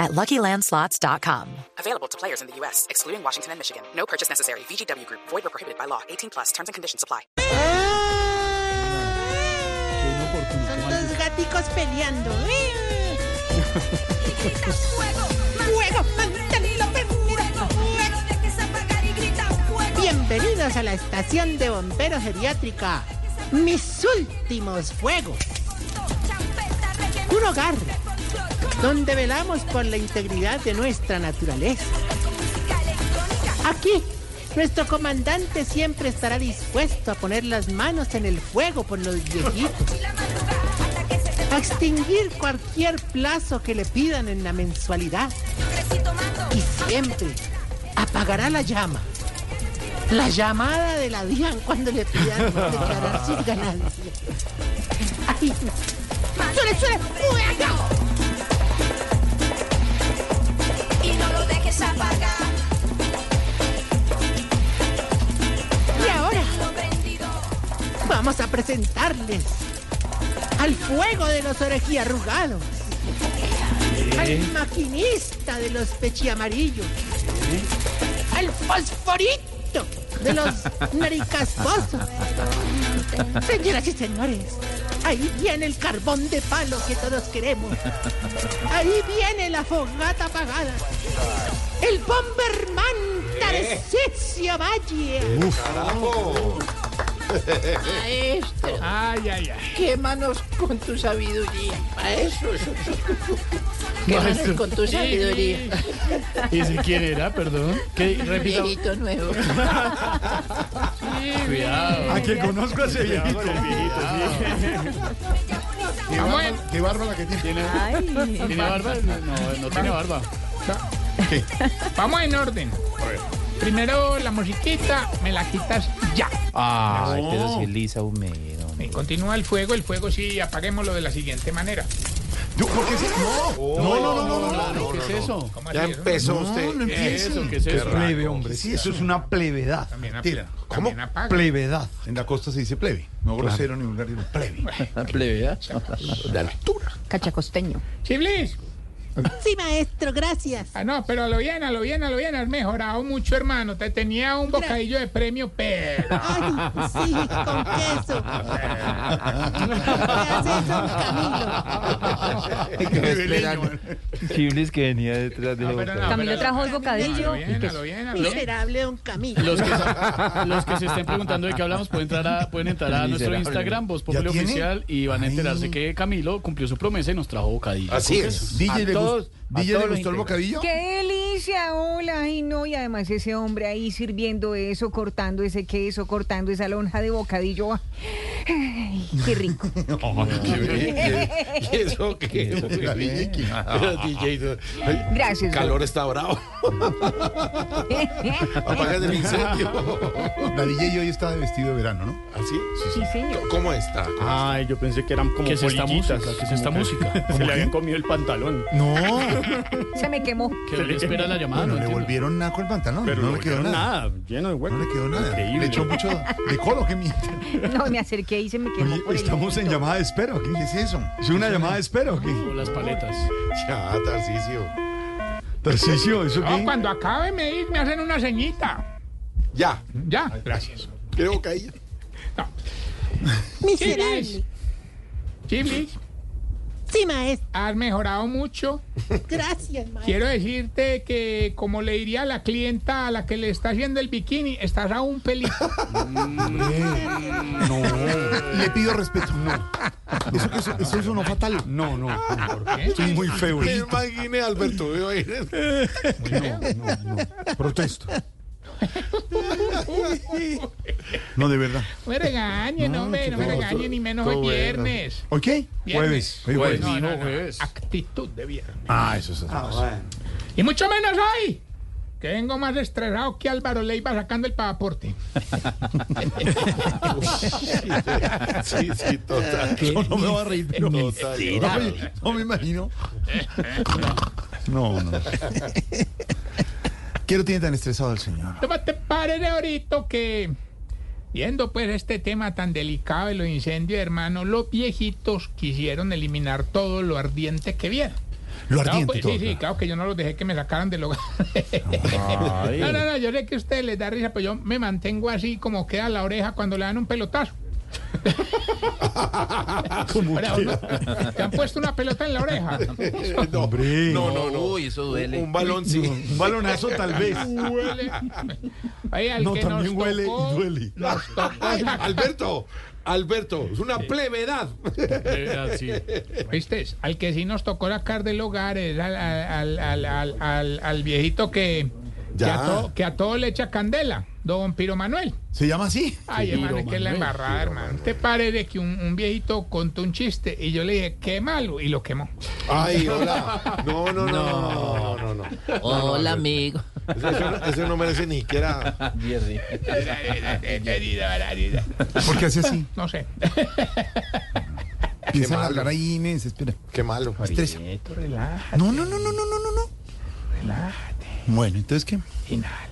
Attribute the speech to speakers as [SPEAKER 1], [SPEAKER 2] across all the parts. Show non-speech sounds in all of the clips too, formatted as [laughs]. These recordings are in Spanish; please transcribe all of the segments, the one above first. [SPEAKER 1] at luckylandslots.com.
[SPEAKER 2] Available to players in the U.S., excluding Washington and Michigan. No purchase necessary. VGW Group, void or prohibited by law. 18 plus terms and conditions apply.
[SPEAKER 3] Ah, Son dos gaticos peleando. Eh,
[SPEAKER 4] ¡Fuego! ¡Mantenido perdido! ¡Fuego! dejes apagar y grita fuego!
[SPEAKER 3] Bienvenidos a la estación de bomberos geriátrica. Mis últimos fuegos.
[SPEAKER 4] ¡Champeta rellena
[SPEAKER 3] Un hogar
[SPEAKER 4] con flor!
[SPEAKER 3] donde velamos por la integridad de nuestra naturaleza.
[SPEAKER 4] ¡Con música electrónica!
[SPEAKER 3] Aquí, nuestro comandante siempre estará dispuesto a poner las manos en el fuego por los viejitos,
[SPEAKER 4] ¡Y la madrugada hasta que se
[SPEAKER 3] a
[SPEAKER 4] desvanezca!
[SPEAKER 3] extinguir cualquier plazo que le pidan en la mensualidad
[SPEAKER 4] ¡Crecí tomando!
[SPEAKER 3] y siempre apagará la llama. La llamada de la DIAN cuando le pidan declarar sus ganancias. Ay, no. ¡Suele, suele! ¡Fuego!
[SPEAKER 4] ¡Y no lo dejes apagar!
[SPEAKER 3] Y ahora
[SPEAKER 4] ¡Lo prendido!
[SPEAKER 3] vamos a presentarles al fuego de los orejiarrugados, al maquinista de los pechiamarillos, al fosforito de los naricasposos. Señoras y señores, ahí viene el carbón de palo que todos queremos. Ahí viene la fogata apagada. El bomberman Tarcisio Valle.
[SPEAKER 5] Maestro. Quémanos con tu sabiduría, maestro. [laughs] Quémanos con tu sabiduría,
[SPEAKER 6] ¿Y si quién era? Perdón. ¿Qué? Repita.
[SPEAKER 5] viejito nuevo.
[SPEAKER 6] Cuidado.
[SPEAKER 7] A que conozco a ese viejito.
[SPEAKER 6] pues,
[SPEAKER 7] Qué bárbara, qué bárbara que tiene.
[SPEAKER 6] ¿Tiene barba? No, no, no tiene barba.
[SPEAKER 8] Vamos en orden. Primero la musiquita, me la quitas ya.
[SPEAKER 6] Ay, pero si Lisa Humero.
[SPEAKER 8] Y continúa el fuego, el fuego sí apaguémoslo de la siguiente manera.
[SPEAKER 7] Yo, ¿por qué se- No, no, no, no, no, no, Oh, no.
[SPEAKER 6] ¿Qué es eso?
[SPEAKER 8] ¿Cómo así? Eso
[SPEAKER 9] Empezó usted.
[SPEAKER 7] No, no
[SPEAKER 6] ¿Qué es
[SPEAKER 7] empiecen.
[SPEAKER 6] eso? ¿Qué es eso?
[SPEAKER 9] Plebe, hombre. Sí, eso es una plevedad.
[SPEAKER 8] También, ap-
[SPEAKER 7] Tira.
[SPEAKER 8] también apaga.
[SPEAKER 9] Plevedad.
[SPEAKER 7] En la costa se dice plebe. No grosero ni vulgar, sino plebe. [laughs]
[SPEAKER 6] La plebea.
[SPEAKER 5] Cachacosteño.
[SPEAKER 8] Chiblis.
[SPEAKER 3] Sí, maestro, gracias.
[SPEAKER 8] Ah, no, pero a lo bien, a lo bien, a lo bien. Has mejorado mucho, hermano. Te tenía un bocadillo de premio,
[SPEAKER 6] [laughs]
[SPEAKER 8] pero.
[SPEAKER 3] Ay, sí, con queso. ¿Qué hace eso, Camilo?
[SPEAKER 7] eh.
[SPEAKER 6] Chiblis que venía detrás de
[SPEAKER 8] No, pero no,
[SPEAKER 10] Camilo
[SPEAKER 8] pero-
[SPEAKER 10] trajo el bocadillo.
[SPEAKER 8] A lo bien, a lo bien, a lo bien.
[SPEAKER 3] Miserable un Camilo.
[SPEAKER 6] Los que, se, los que se estén preguntando de qué hablamos pueden entrar a, pueden entrar a nuestro Instagram, Voz Populi
[SPEAKER 7] ¿Ya tiene?
[SPEAKER 6] Oficial, y van a enterarse que Camilo cumplió su promesa y nos trajo bocadillo.
[SPEAKER 7] Ah,
[SPEAKER 9] Así es.
[SPEAKER 7] DJ le
[SPEAKER 5] todos-
[SPEAKER 7] gustó-
[SPEAKER 5] a
[SPEAKER 7] DJ le
[SPEAKER 5] todos los
[SPEAKER 7] gustó
[SPEAKER 5] integrantes.
[SPEAKER 7] el bocadillo. [laughs]
[SPEAKER 10] ¡Qué delicia! Hola, y no, y además ese hombre ahí sirviendo eso, cortando ese queso, cortando esa lonja de bocadillo. Ay, ¡Qué rico!
[SPEAKER 5] [laughs]
[SPEAKER 9] ¿Y eso
[SPEAKER 7] [laughs]
[SPEAKER 9] qué? Pero DJ, ay,
[SPEAKER 10] Gracias.
[SPEAKER 8] [laughs]
[SPEAKER 10] ¿eh?
[SPEAKER 9] calor está bravo. Apagas el incendio.
[SPEAKER 7] La DJ hoy está de vestido de verano, ¿no?
[SPEAKER 9] ¿Así?
[SPEAKER 10] Sí, señor.
[SPEAKER 9] ¿Cómo está?
[SPEAKER 11] Ay, yo pensé que eran como
[SPEAKER 6] ¿Qué es esta
[SPEAKER 11] polillitas,
[SPEAKER 6] música? ¿Qué es
[SPEAKER 11] como
[SPEAKER 6] esta
[SPEAKER 11] que
[SPEAKER 6] música?
[SPEAKER 11] [laughs] Se le habían comido el pantalón.
[SPEAKER 10] Se me quemó.
[SPEAKER 6] ¿Qué le espera la llamada? Ah, No
[SPEAKER 7] Bueno, Ah, le
[SPEAKER 6] entiendo.
[SPEAKER 7] volvieron naco el pantalón.
[SPEAKER 11] Pero
[SPEAKER 7] No le quedó nada.
[SPEAKER 11] lleno de huecos.
[SPEAKER 7] No le quedó nada. Le echó mucho de colo que miente.
[SPEAKER 10] No, me acerqué y se me quemó.
[SPEAKER 7] Oye,
[SPEAKER 10] por el ojito.
[SPEAKER 7] llamada de espera, ¿o ¿qué? ¿Qué es eso? ¿Es una llamada de espera o qué?
[SPEAKER 6] O las paletas.
[SPEAKER 9] Ya, Tarcicio.
[SPEAKER 7] Tarcicio, ¿eso
[SPEAKER 8] No,
[SPEAKER 7] qué?
[SPEAKER 8] cuando acabe me ir, me hacen una ceñita.
[SPEAKER 9] Ya.
[SPEAKER 8] Ya, gracias.
[SPEAKER 9] ¿Quiere bocadillo?
[SPEAKER 8] No.
[SPEAKER 3] Miserable.
[SPEAKER 8] Chiblis. Chiblis,
[SPEAKER 3] Sí, maestro,
[SPEAKER 8] has mejorado mucho.
[SPEAKER 3] gracias, maestro.
[SPEAKER 8] Quiero decirte que, como le diría a la clienta a la que le está haciendo el bikini, estás a un pelito.
[SPEAKER 7] Le pido respeto. No. Eso, eso, eso sonó fatal. No, no. Eso es muy feo.
[SPEAKER 9] Me imaginé, Alberto. me imaginé.
[SPEAKER 7] Protesto. No, de verdad.
[SPEAKER 8] No me regañen, no, hombre, no me regañen, ni menos hoy viernes.
[SPEAKER 7] ¿Ok?
[SPEAKER 8] Viernes.
[SPEAKER 7] Jueves. Hoy
[SPEAKER 6] Pues
[SPEAKER 7] jueves.
[SPEAKER 8] No, no, no,
[SPEAKER 6] jueves.
[SPEAKER 8] Actitud de viernes.
[SPEAKER 7] Ah, eso es otra cosa.
[SPEAKER 8] Y mucho menos hoy. Que vengo más estresado que Álvaro Leiva sacando el pasaporte.
[SPEAKER 9] Sí, sí, total. Yo no me voy a reír, pero total. No, me- no me imagino. No, no. ¿Qué lo tiene tan estresado el señor?
[SPEAKER 8] Tómate párele ahorita que... Viendo pues este tema tan delicado de los incendios, hermano, los viejitos quisieron eliminar todo lo ardiente que vieron.
[SPEAKER 7] Lo
[SPEAKER 8] Claro,
[SPEAKER 7] ardiente
[SPEAKER 8] pues,
[SPEAKER 7] todo.
[SPEAKER 8] sí, sí, claro que yo no los dejé que me sacaran del hogar.
[SPEAKER 7] Ay.
[SPEAKER 8] No, no, no, yo sé que a ustedes les da risa, pero yo me mantengo así como queda la oreja cuando le dan un pelotazo. Ahora,
[SPEAKER 9] [laughs]
[SPEAKER 8] uno- ¿Te han puesto una pelota en la oreja?
[SPEAKER 9] No, no, no, no.
[SPEAKER 12] Uy, eso duele.
[SPEAKER 9] Un [laughs] balón, sí. Un balonazo, [laughs] tal vez.
[SPEAKER 8] Huele. Oye, al
[SPEAKER 9] No,
[SPEAKER 8] que
[SPEAKER 9] también
[SPEAKER 8] nos
[SPEAKER 9] huele
[SPEAKER 8] tocó-
[SPEAKER 9] y duele.
[SPEAKER 8] Ay,
[SPEAKER 9] Alberto, Alberto, es una plevedad.
[SPEAKER 6] Eh,
[SPEAKER 8] ¿Viste? Al que sí nos tocó sacar del hogar es al, al- al- al- al- al viejito que, que,
[SPEAKER 9] Ya.
[SPEAKER 8] a todo, que a todo le echa candela, don Piro Manuel.
[SPEAKER 9] ¿Se llama así?
[SPEAKER 8] Ay, hermano, es que es la
[SPEAKER 9] Manuel,
[SPEAKER 8] embarrada, hermano. Te parece que un, un viejito contó un chiste y yo le dije, qué malo, y lo quemó.
[SPEAKER 9] [laughs]
[SPEAKER 8] [laughs]
[SPEAKER 9] Ay, hola. No, no, no, no, no, no, no.
[SPEAKER 12] Hola,
[SPEAKER 9] no,
[SPEAKER 12] amigo.
[SPEAKER 9] Ese, ese no- ese no merece ni siquiera.
[SPEAKER 7] ¿Por qué
[SPEAKER 9] [laughs]
[SPEAKER 7] hace así?
[SPEAKER 8] No sé.
[SPEAKER 7] Empieza a hablar ahí, Inés, espera.
[SPEAKER 9] Qué malo.
[SPEAKER 7] Estresa.
[SPEAKER 8] Quieto, relaja,
[SPEAKER 7] No, no, no, no, no, no, no, no.
[SPEAKER 8] relaja.
[SPEAKER 7] Bueno, entonces qué?
[SPEAKER 8] Inhala.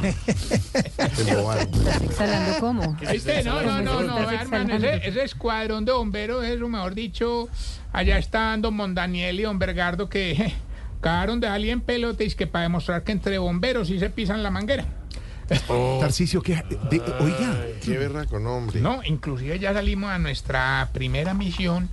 [SPEAKER 9] Te robaron.
[SPEAKER 10] ¿Exhalando cómo?
[SPEAKER 8] ¿Viste? No, no, no, no,
[SPEAKER 10] Estás
[SPEAKER 8] hermano.
[SPEAKER 10] exhalando.
[SPEAKER 8] Ese, ese escuadrón de bomberos es, o mejor dicho, allá están don Mondaniel y don Bergardo que je, cagaron de alguien pelota y es que para demostrar que entre bomberos sí se pisan la manguera.
[SPEAKER 7] Tarcicio, ¿qué? de- oiga,
[SPEAKER 9] Qué berraco, no, hombre.
[SPEAKER 8] No, inclusive ya salimos a nuestra primera misión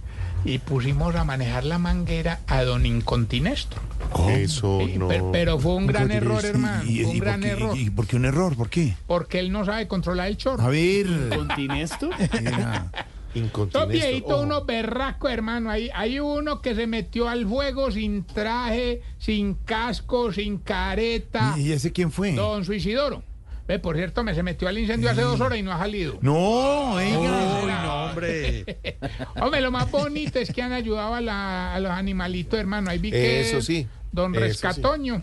[SPEAKER 8] y pusimos a manejar la manguera a don Incontinestro.
[SPEAKER 7] Oh,
[SPEAKER 9] Eso
[SPEAKER 8] Sí,
[SPEAKER 9] no.
[SPEAKER 8] per- pero, fue un gran error,
[SPEAKER 7] Y-
[SPEAKER 8] hermano.
[SPEAKER 7] y-
[SPEAKER 8] fue un
[SPEAKER 7] y
[SPEAKER 8] gran
[SPEAKER 7] por qué-
[SPEAKER 8] error.
[SPEAKER 7] ¿Y por qué un error? ¿Por qué?
[SPEAKER 8] Porque él no sabe controlar el
[SPEAKER 7] A
[SPEAKER 8] chorro.
[SPEAKER 7] ver.
[SPEAKER 6] ¿Continesto?
[SPEAKER 8] [laughs]
[SPEAKER 7] era-
[SPEAKER 8] Estos
[SPEAKER 9] Incontinente.
[SPEAKER 8] viejitos, unos berracos, hermano. Hay, hay uno que se metió al fuego sin traje, sin casco, sin careta.
[SPEAKER 7] ¿Y y ese quién fue?
[SPEAKER 8] Don Suicidoro. Ve, por cierto, me se metió al incendio hace dos horas y no ha salido.
[SPEAKER 7] No, oiga.
[SPEAKER 9] no, hombre.
[SPEAKER 8] [laughs] Hombre, lo más bonito es que han ayudado a, la- a los animalitos, hermano. Ahí vi que
[SPEAKER 9] Eso sí,
[SPEAKER 8] Don
[SPEAKER 9] eso sí.
[SPEAKER 8] Rescatoño.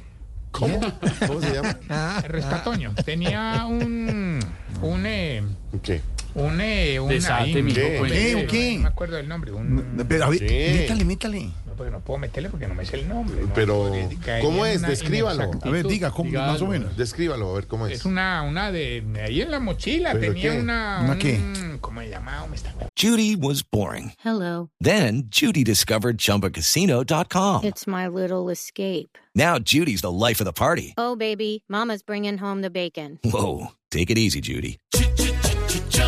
[SPEAKER 9] ¿Cómo? ¿Cómo se llama?
[SPEAKER 7] Ah.
[SPEAKER 8] Rescatoño. Tenía un. Un. eh,
[SPEAKER 9] ¿Qué?
[SPEAKER 8] un. eh, un
[SPEAKER 6] Desate,
[SPEAKER 8] ahí,
[SPEAKER 6] mi
[SPEAKER 8] no
[SPEAKER 9] ¿Qué?
[SPEAKER 6] loco,
[SPEAKER 7] ¿Qué?
[SPEAKER 6] eh.
[SPEAKER 7] ¿O qué?
[SPEAKER 8] No me acuerdo del nombre. Un,
[SPEAKER 7] No, pero a ver,
[SPEAKER 9] Sí.
[SPEAKER 7] métale, métale.
[SPEAKER 8] No, porque Pues no puedo meterle porque no me sé el nombre. ¿no?
[SPEAKER 9] Pero,
[SPEAKER 8] Podría caer
[SPEAKER 9] ¿cómo
[SPEAKER 8] en
[SPEAKER 9] es?
[SPEAKER 8] una
[SPEAKER 9] Descríbalo.
[SPEAKER 7] A
[SPEAKER 8] inexactitud.
[SPEAKER 7] ver, diga, ¿cómo,
[SPEAKER 6] Diga
[SPEAKER 7] más
[SPEAKER 6] algo.
[SPEAKER 7] o menos.
[SPEAKER 9] Descríbalo, a ver cómo es.
[SPEAKER 8] Es una, una de. Ahí en la mochila
[SPEAKER 9] ¿Pero
[SPEAKER 8] tenía
[SPEAKER 9] qué?
[SPEAKER 8] una.
[SPEAKER 7] ¿Una qué?
[SPEAKER 8] un- ¿Cómo se llamaba? Me está-
[SPEAKER 13] Judy was boring.
[SPEAKER 14] Hello,
[SPEAKER 13] Then Judy discovered ChumbaCasino.com.
[SPEAKER 14] it's my little escape.
[SPEAKER 13] Now Judy's the life of the party.
[SPEAKER 14] Oh, baby, Mama's bringing home the bacon.
[SPEAKER 13] Whoa, take it easy, Judy.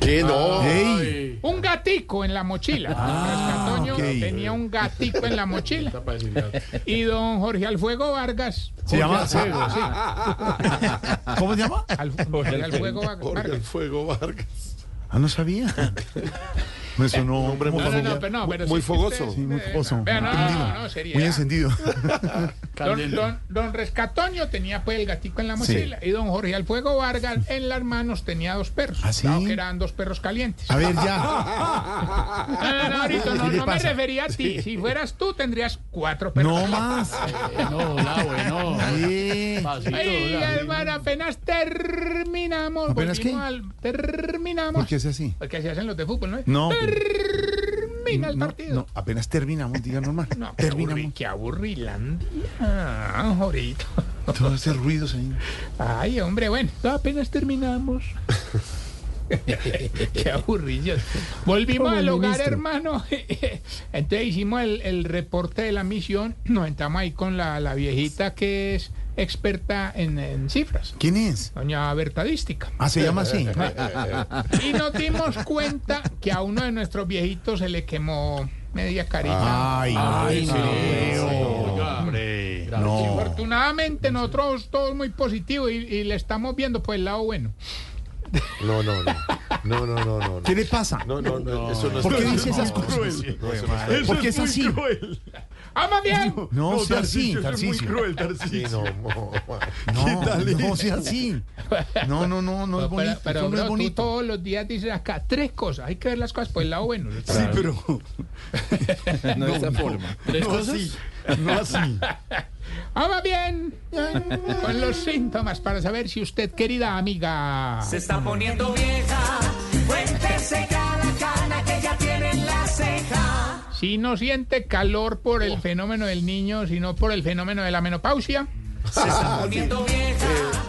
[SPEAKER 9] ¿Qué? No.
[SPEAKER 7] ¡Ey!
[SPEAKER 8] Un gatico en la mochila. Rescatoño
[SPEAKER 7] Ah, ok.
[SPEAKER 8] tenía un gatico en la mochila.
[SPEAKER 6] Para decir gato.
[SPEAKER 8] Y don Jorge Alfuego Vargas.
[SPEAKER 7] ¿Se llama?
[SPEAKER 9] Ah,
[SPEAKER 8] Alfuego,
[SPEAKER 7] [laughs]
[SPEAKER 8] sí.
[SPEAKER 7] ¿Cómo se llama?
[SPEAKER 8] Al- Jorge Alfuego Vargas.
[SPEAKER 9] Jorge el Fuego Vargas.
[SPEAKER 7] Ah, no [laughs] sabía. Me sonó un hombre
[SPEAKER 9] muy
[SPEAKER 8] No, no, no,
[SPEAKER 9] familiar.
[SPEAKER 8] pero no, pero
[SPEAKER 9] Muy
[SPEAKER 8] sí,
[SPEAKER 9] fogoso.
[SPEAKER 7] Sí, ah, muy fogoso.
[SPEAKER 8] Vea, no,
[SPEAKER 7] Entendido.
[SPEAKER 8] no, no, sería.
[SPEAKER 7] Muy encendido.
[SPEAKER 8] Don,
[SPEAKER 6] Candela.
[SPEAKER 8] don- don Rescatoño tenía pues el gatico en la mochila y don Jorge Alfuego Vargas en las manos tenía dos perros.
[SPEAKER 7] ¿Ah, sí?
[SPEAKER 8] Claro que eran dos perros calientes.
[SPEAKER 7] A ver, ya.
[SPEAKER 8] No, no, no, ahorita, no,
[SPEAKER 7] ¿Qué le
[SPEAKER 8] no me
[SPEAKER 7] pasa?
[SPEAKER 8] refería a ti. Si fueras tú, tendrías cuatro perros.
[SPEAKER 7] No más.
[SPEAKER 6] No, hola, bueno. [laughs]
[SPEAKER 7] Eh,
[SPEAKER 6] Pasito,
[SPEAKER 8] Ay,
[SPEAKER 6] hola.
[SPEAKER 8] hermano, apenas terminamos.
[SPEAKER 7] ¿Apenas
[SPEAKER 8] volvimos al- terminamos.
[SPEAKER 7] ¿Por qué es así?
[SPEAKER 8] Porque así hacen los de fútbol, ¿no?
[SPEAKER 7] No.
[SPEAKER 8] Termina el
[SPEAKER 7] No,
[SPEAKER 8] partido.
[SPEAKER 7] no, apenas terminamos, diga normal.
[SPEAKER 8] No, qué aburri-
[SPEAKER 7] terminamos.
[SPEAKER 8] qué aburrilandia, Jorito.
[SPEAKER 7] Todo ese ruido, señor.
[SPEAKER 8] Ay, hombre, bueno, apenas terminamos. [laughs] Qué aburrido. Volvimos
[SPEAKER 7] Como el
[SPEAKER 8] al hogar,
[SPEAKER 7] ministro.
[SPEAKER 8] hermano. [laughs] Entonces hicimos el, el reporte de la misión. Nos sentamos ahí con la, la viejita que es experta en, en cifras,
[SPEAKER 7] ¿Quién es?
[SPEAKER 8] doña Bertadística.
[SPEAKER 7] Ah, se llama así.
[SPEAKER 8] Y nos dimos cuenta que a uno de nuestros viejitos se le quemó media
[SPEAKER 7] [laughs]
[SPEAKER 8] carita.
[SPEAKER 7] Ay,
[SPEAKER 6] Ay,
[SPEAKER 7] no,
[SPEAKER 6] no,
[SPEAKER 7] no,
[SPEAKER 6] hombre.
[SPEAKER 7] No.
[SPEAKER 8] Afortunadamente nosotros todos muy positivos y, y le estamos viendo por el lado pues, bueno.
[SPEAKER 12] No, no, no. No, no, no, no.
[SPEAKER 7] ¿Qué le pasa?
[SPEAKER 12] No, no, no. Eso no
[SPEAKER 7] ¿Por
[SPEAKER 12] está
[SPEAKER 7] qué
[SPEAKER 12] bien.
[SPEAKER 7] dice esas
[SPEAKER 12] No,
[SPEAKER 7] cosas?
[SPEAKER 12] eso no está bien.
[SPEAKER 7] Eso Porque es así.
[SPEAKER 8] ¡Ama bien!
[SPEAKER 7] No, sea así,
[SPEAKER 12] Tarcisio, eso Es muy
[SPEAKER 7] Tarcisio.
[SPEAKER 12] cruel, Tarcisio. Eh, no, mo-
[SPEAKER 7] No,
[SPEAKER 12] ¿Qué tal
[SPEAKER 7] no
[SPEAKER 12] es?
[SPEAKER 7] sea así. No, no, no, no es
[SPEAKER 8] Pero-
[SPEAKER 7] bonito.
[SPEAKER 8] pero
[SPEAKER 7] eso no
[SPEAKER 8] bro,
[SPEAKER 7] es
[SPEAKER 8] tú
[SPEAKER 7] bonito.
[SPEAKER 8] todos los días dices acá tres cosas. Hay que ver las cosas por el lado bueno.
[SPEAKER 7] Sí, pero.
[SPEAKER 9] No de esa
[SPEAKER 7] no.
[SPEAKER 9] forma.
[SPEAKER 6] ¿Tres
[SPEAKER 7] No
[SPEAKER 6] cosas?
[SPEAKER 7] así. No así.
[SPEAKER 8] Ama Ah, bien con los síntomas para saber si usted, querida amiga.
[SPEAKER 4] Se está poniendo vieja. Cuéntese cada cana que ya tiene en la ceja. Oh.
[SPEAKER 8] Si no siente calor por el fenómeno del niño, sino por el fenómeno de la menopausia.
[SPEAKER 4] Se está poniendo vieja.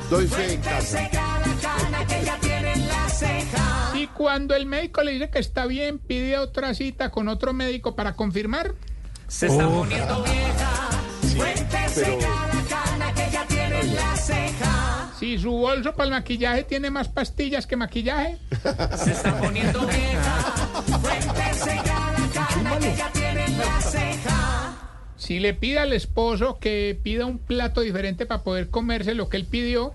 [SPEAKER 12] Doy fe en casa.
[SPEAKER 4] Cuéntese cada cana que ya tiene en la ceja.
[SPEAKER 8] Y cuando el médico le dice que está bien, pide otra cita con otro médico para confirmar.
[SPEAKER 4] Se está poniendo vieja. Cuéntese
[SPEAKER 12] pero-
[SPEAKER 4] cada cana que ya tiene en la ceja.
[SPEAKER 8] Si su bolso para el maquillaje tiene más pastillas que maquillaje.
[SPEAKER 4] [laughs] Se está poniendo vieja. Cuéntese cada cana que ya tiene en la ceja.
[SPEAKER 8] Si le pide al esposo que pida un plato diferente para poder comerse lo que él pidió.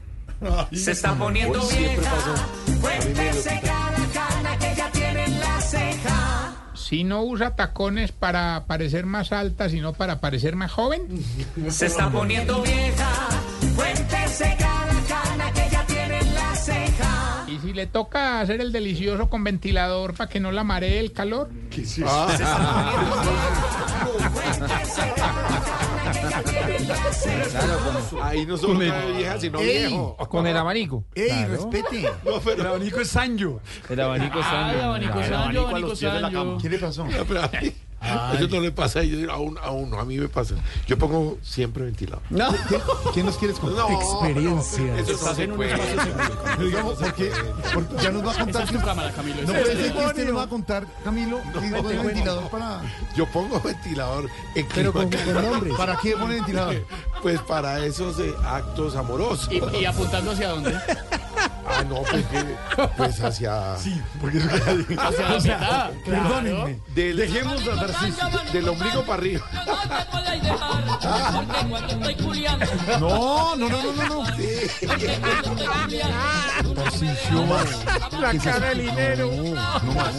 [SPEAKER 4] Se está poniendo
[SPEAKER 12] Hoy siempre
[SPEAKER 4] vieja.
[SPEAKER 12] pasa.
[SPEAKER 4] Cuéntese cada cana que ya tiene en la ceja.
[SPEAKER 8] Si no usa tacones para parecer más alta, sino para parecer más joven.
[SPEAKER 4] [laughs] Se está poniendo vieja. Cuéntese cada cana que ya tiene en la ceja.
[SPEAKER 8] Y si le toca hacer el delicioso con ventilador para que no la maree el calor.
[SPEAKER 12] ¿Qué es
[SPEAKER 7] Ah.
[SPEAKER 12] eso?
[SPEAKER 4] Se está poniendo vieja. Cuéntese cada cana que ya tiene en la ceja.
[SPEAKER 12] Ahí no solo cae vieja, sino
[SPEAKER 7] Ey.
[SPEAKER 12] viejo.
[SPEAKER 15] Con el abanico.
[SPEAKER 7] Ey, respete.
[SPEAKER 12] No,
[SPEAKER 9] El
[SPEAKER 12] pero...
[SPEAKER 9] abanico es Sancho.
[SPEAKER 15] El abanico es
[SPEAKER 6] Ay, abanico
[SPEAKER 9] Claro,
[SPEAKER 6] sanjo,
[SPEAKER 9] abanico a
[SPEAKER 6] abanico
[SPEAKER 9] los pies de la
[SPEAKER 6] sanjo.
[SPEAKER 9] cama.
[SPEAKER 7] ¿Qué le pasó?
[SPEAKER 12] No, [laughs] pero a mí- Eso no le pasa a ellos, a uno, a uno, a mí me pasa. Yo pongo siempre ventilador.
[SPEAKER 9] No.
[SPEAKER 7] ¿Quién nos quieres contar?
[SPEAKER 12] No,
[SPEAKER 9] Experiencias.
[SPEAKER 12] Eso está en un espacio
[SPEAKER 7] Pero digamos, ¿por qué? Porque ya nos va a contar.
[SPEAKER 6] Tu cámara, Camilo.
[SPEAKER 7] No puede ser que usted nos va a contar, Camilo, que no, el ventilador para.
[SPEAKER 12] Yo pongo ventilador en
[SPEAKER 7] Pero
[SPEAKER 12] clima
[SPEAKER 7] con,
[SPEAKER 12] caliente.
[SPEAKER 7] con nombres. ¿Para qué pone ventilador?
[SPEAKER 12] Pues para esos eh, actos amorosos.
[SPEAKER 6] Y, y apuntando hacia dónde?
[SPEAKER 12] Ah, no, pues, que- pues hacia...
[SPEAKER 7] Sí, porque es que.
[SPEAKER 6] Hacia la mitad.
[SPEAKER 7] Perdónenme.
[SPEAKER 12] Del,
[SPEAKER 9] Dejemos a Tarcisio.
[SPEAKER 12] del ombligo para arriba.
[SPEAKER 7] Oh, No, no, no, no, no. no. Tarcisio. La cara del dinero. No, no más.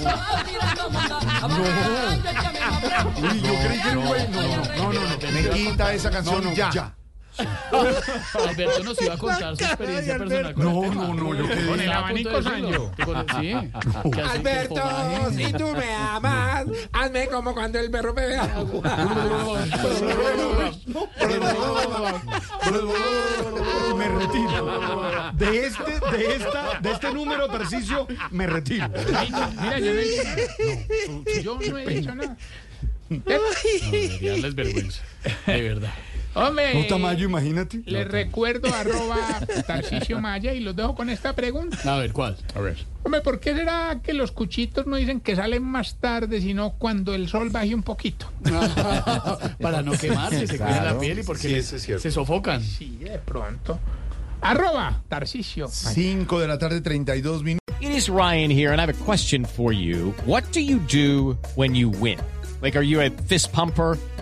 [SPEAKER 7] Uy, yo creí que no, no, no, no, no. Me quita esa canción
[SPEAKER 9] No, no,
[SPEAKER 7] ya.
[SPEAKER 9] ya.
[SPEAKER 6] [laughs] Alberto nos iba a contar su experiencia personal con
[SPEAKER 7] No,
[SPEAKER 6] el tema.
[SPEAKER 7] no, no, yo quedé.
[SPEAKER 8] Con el
[SPEAKER 6] Estaba a punto
[SPEAKER 8] abanico,
[SPEAKER 6] de decirlo.
[SPEAKER 8] Sancho.
[SPEAKER 6] Con- Sí.
[SPEAKER 8] [laughs]
[SPEAKER 6] Que así-
[SPEAKER 5] Alberto, si tú me amas, hazme como cuando el perro bebe
[SPEAKER 4] [laughs]
[SPEAKER 6] [laughs]
[SPEAKER 5] agua.
[SPEAKER 9] Me retiro. De este, de esta, de este número, Tarcisio, me retiro.
[SPEAKER 8] Eh, Mira, yo no he no, tú- yo no he dicho nada.
[SPEAKER 6] Debería darles vergüenza. De verdad.
[SPEAKER 8] Hombre,
[SPEAKER 7] No, Tamayo, imagínate.
[SPEAKER 8] les recuerdo arroba Tarcicio Maya y los dejo con esta pregunta.
[SPEAKER 6] A ver, ¿cuál? A ver.
[SPEAKER 8] Hombre, ¿por qué será que los cuchitos no dicen que salen más tarde, sino cuando el sol baje un poquito?
[SPEAKER 6] Para no quemarse, se cuida la piel y porque
[SPEAKER 12] Sí,
[SPEAKER 6] les-
[SPEAKER 12] eso es cierto.
[SPEAKER 6] se sofocan.
[SPEAKER 8] Sí, de pronto. Arroba Tarcicio.
[SPEAKER 7] 5 de la tarde, 32 minutos.
[SPEAKER 16] It is Ryan here, and I have a question for you. What do you do when you win? Like, are you a fist pumper?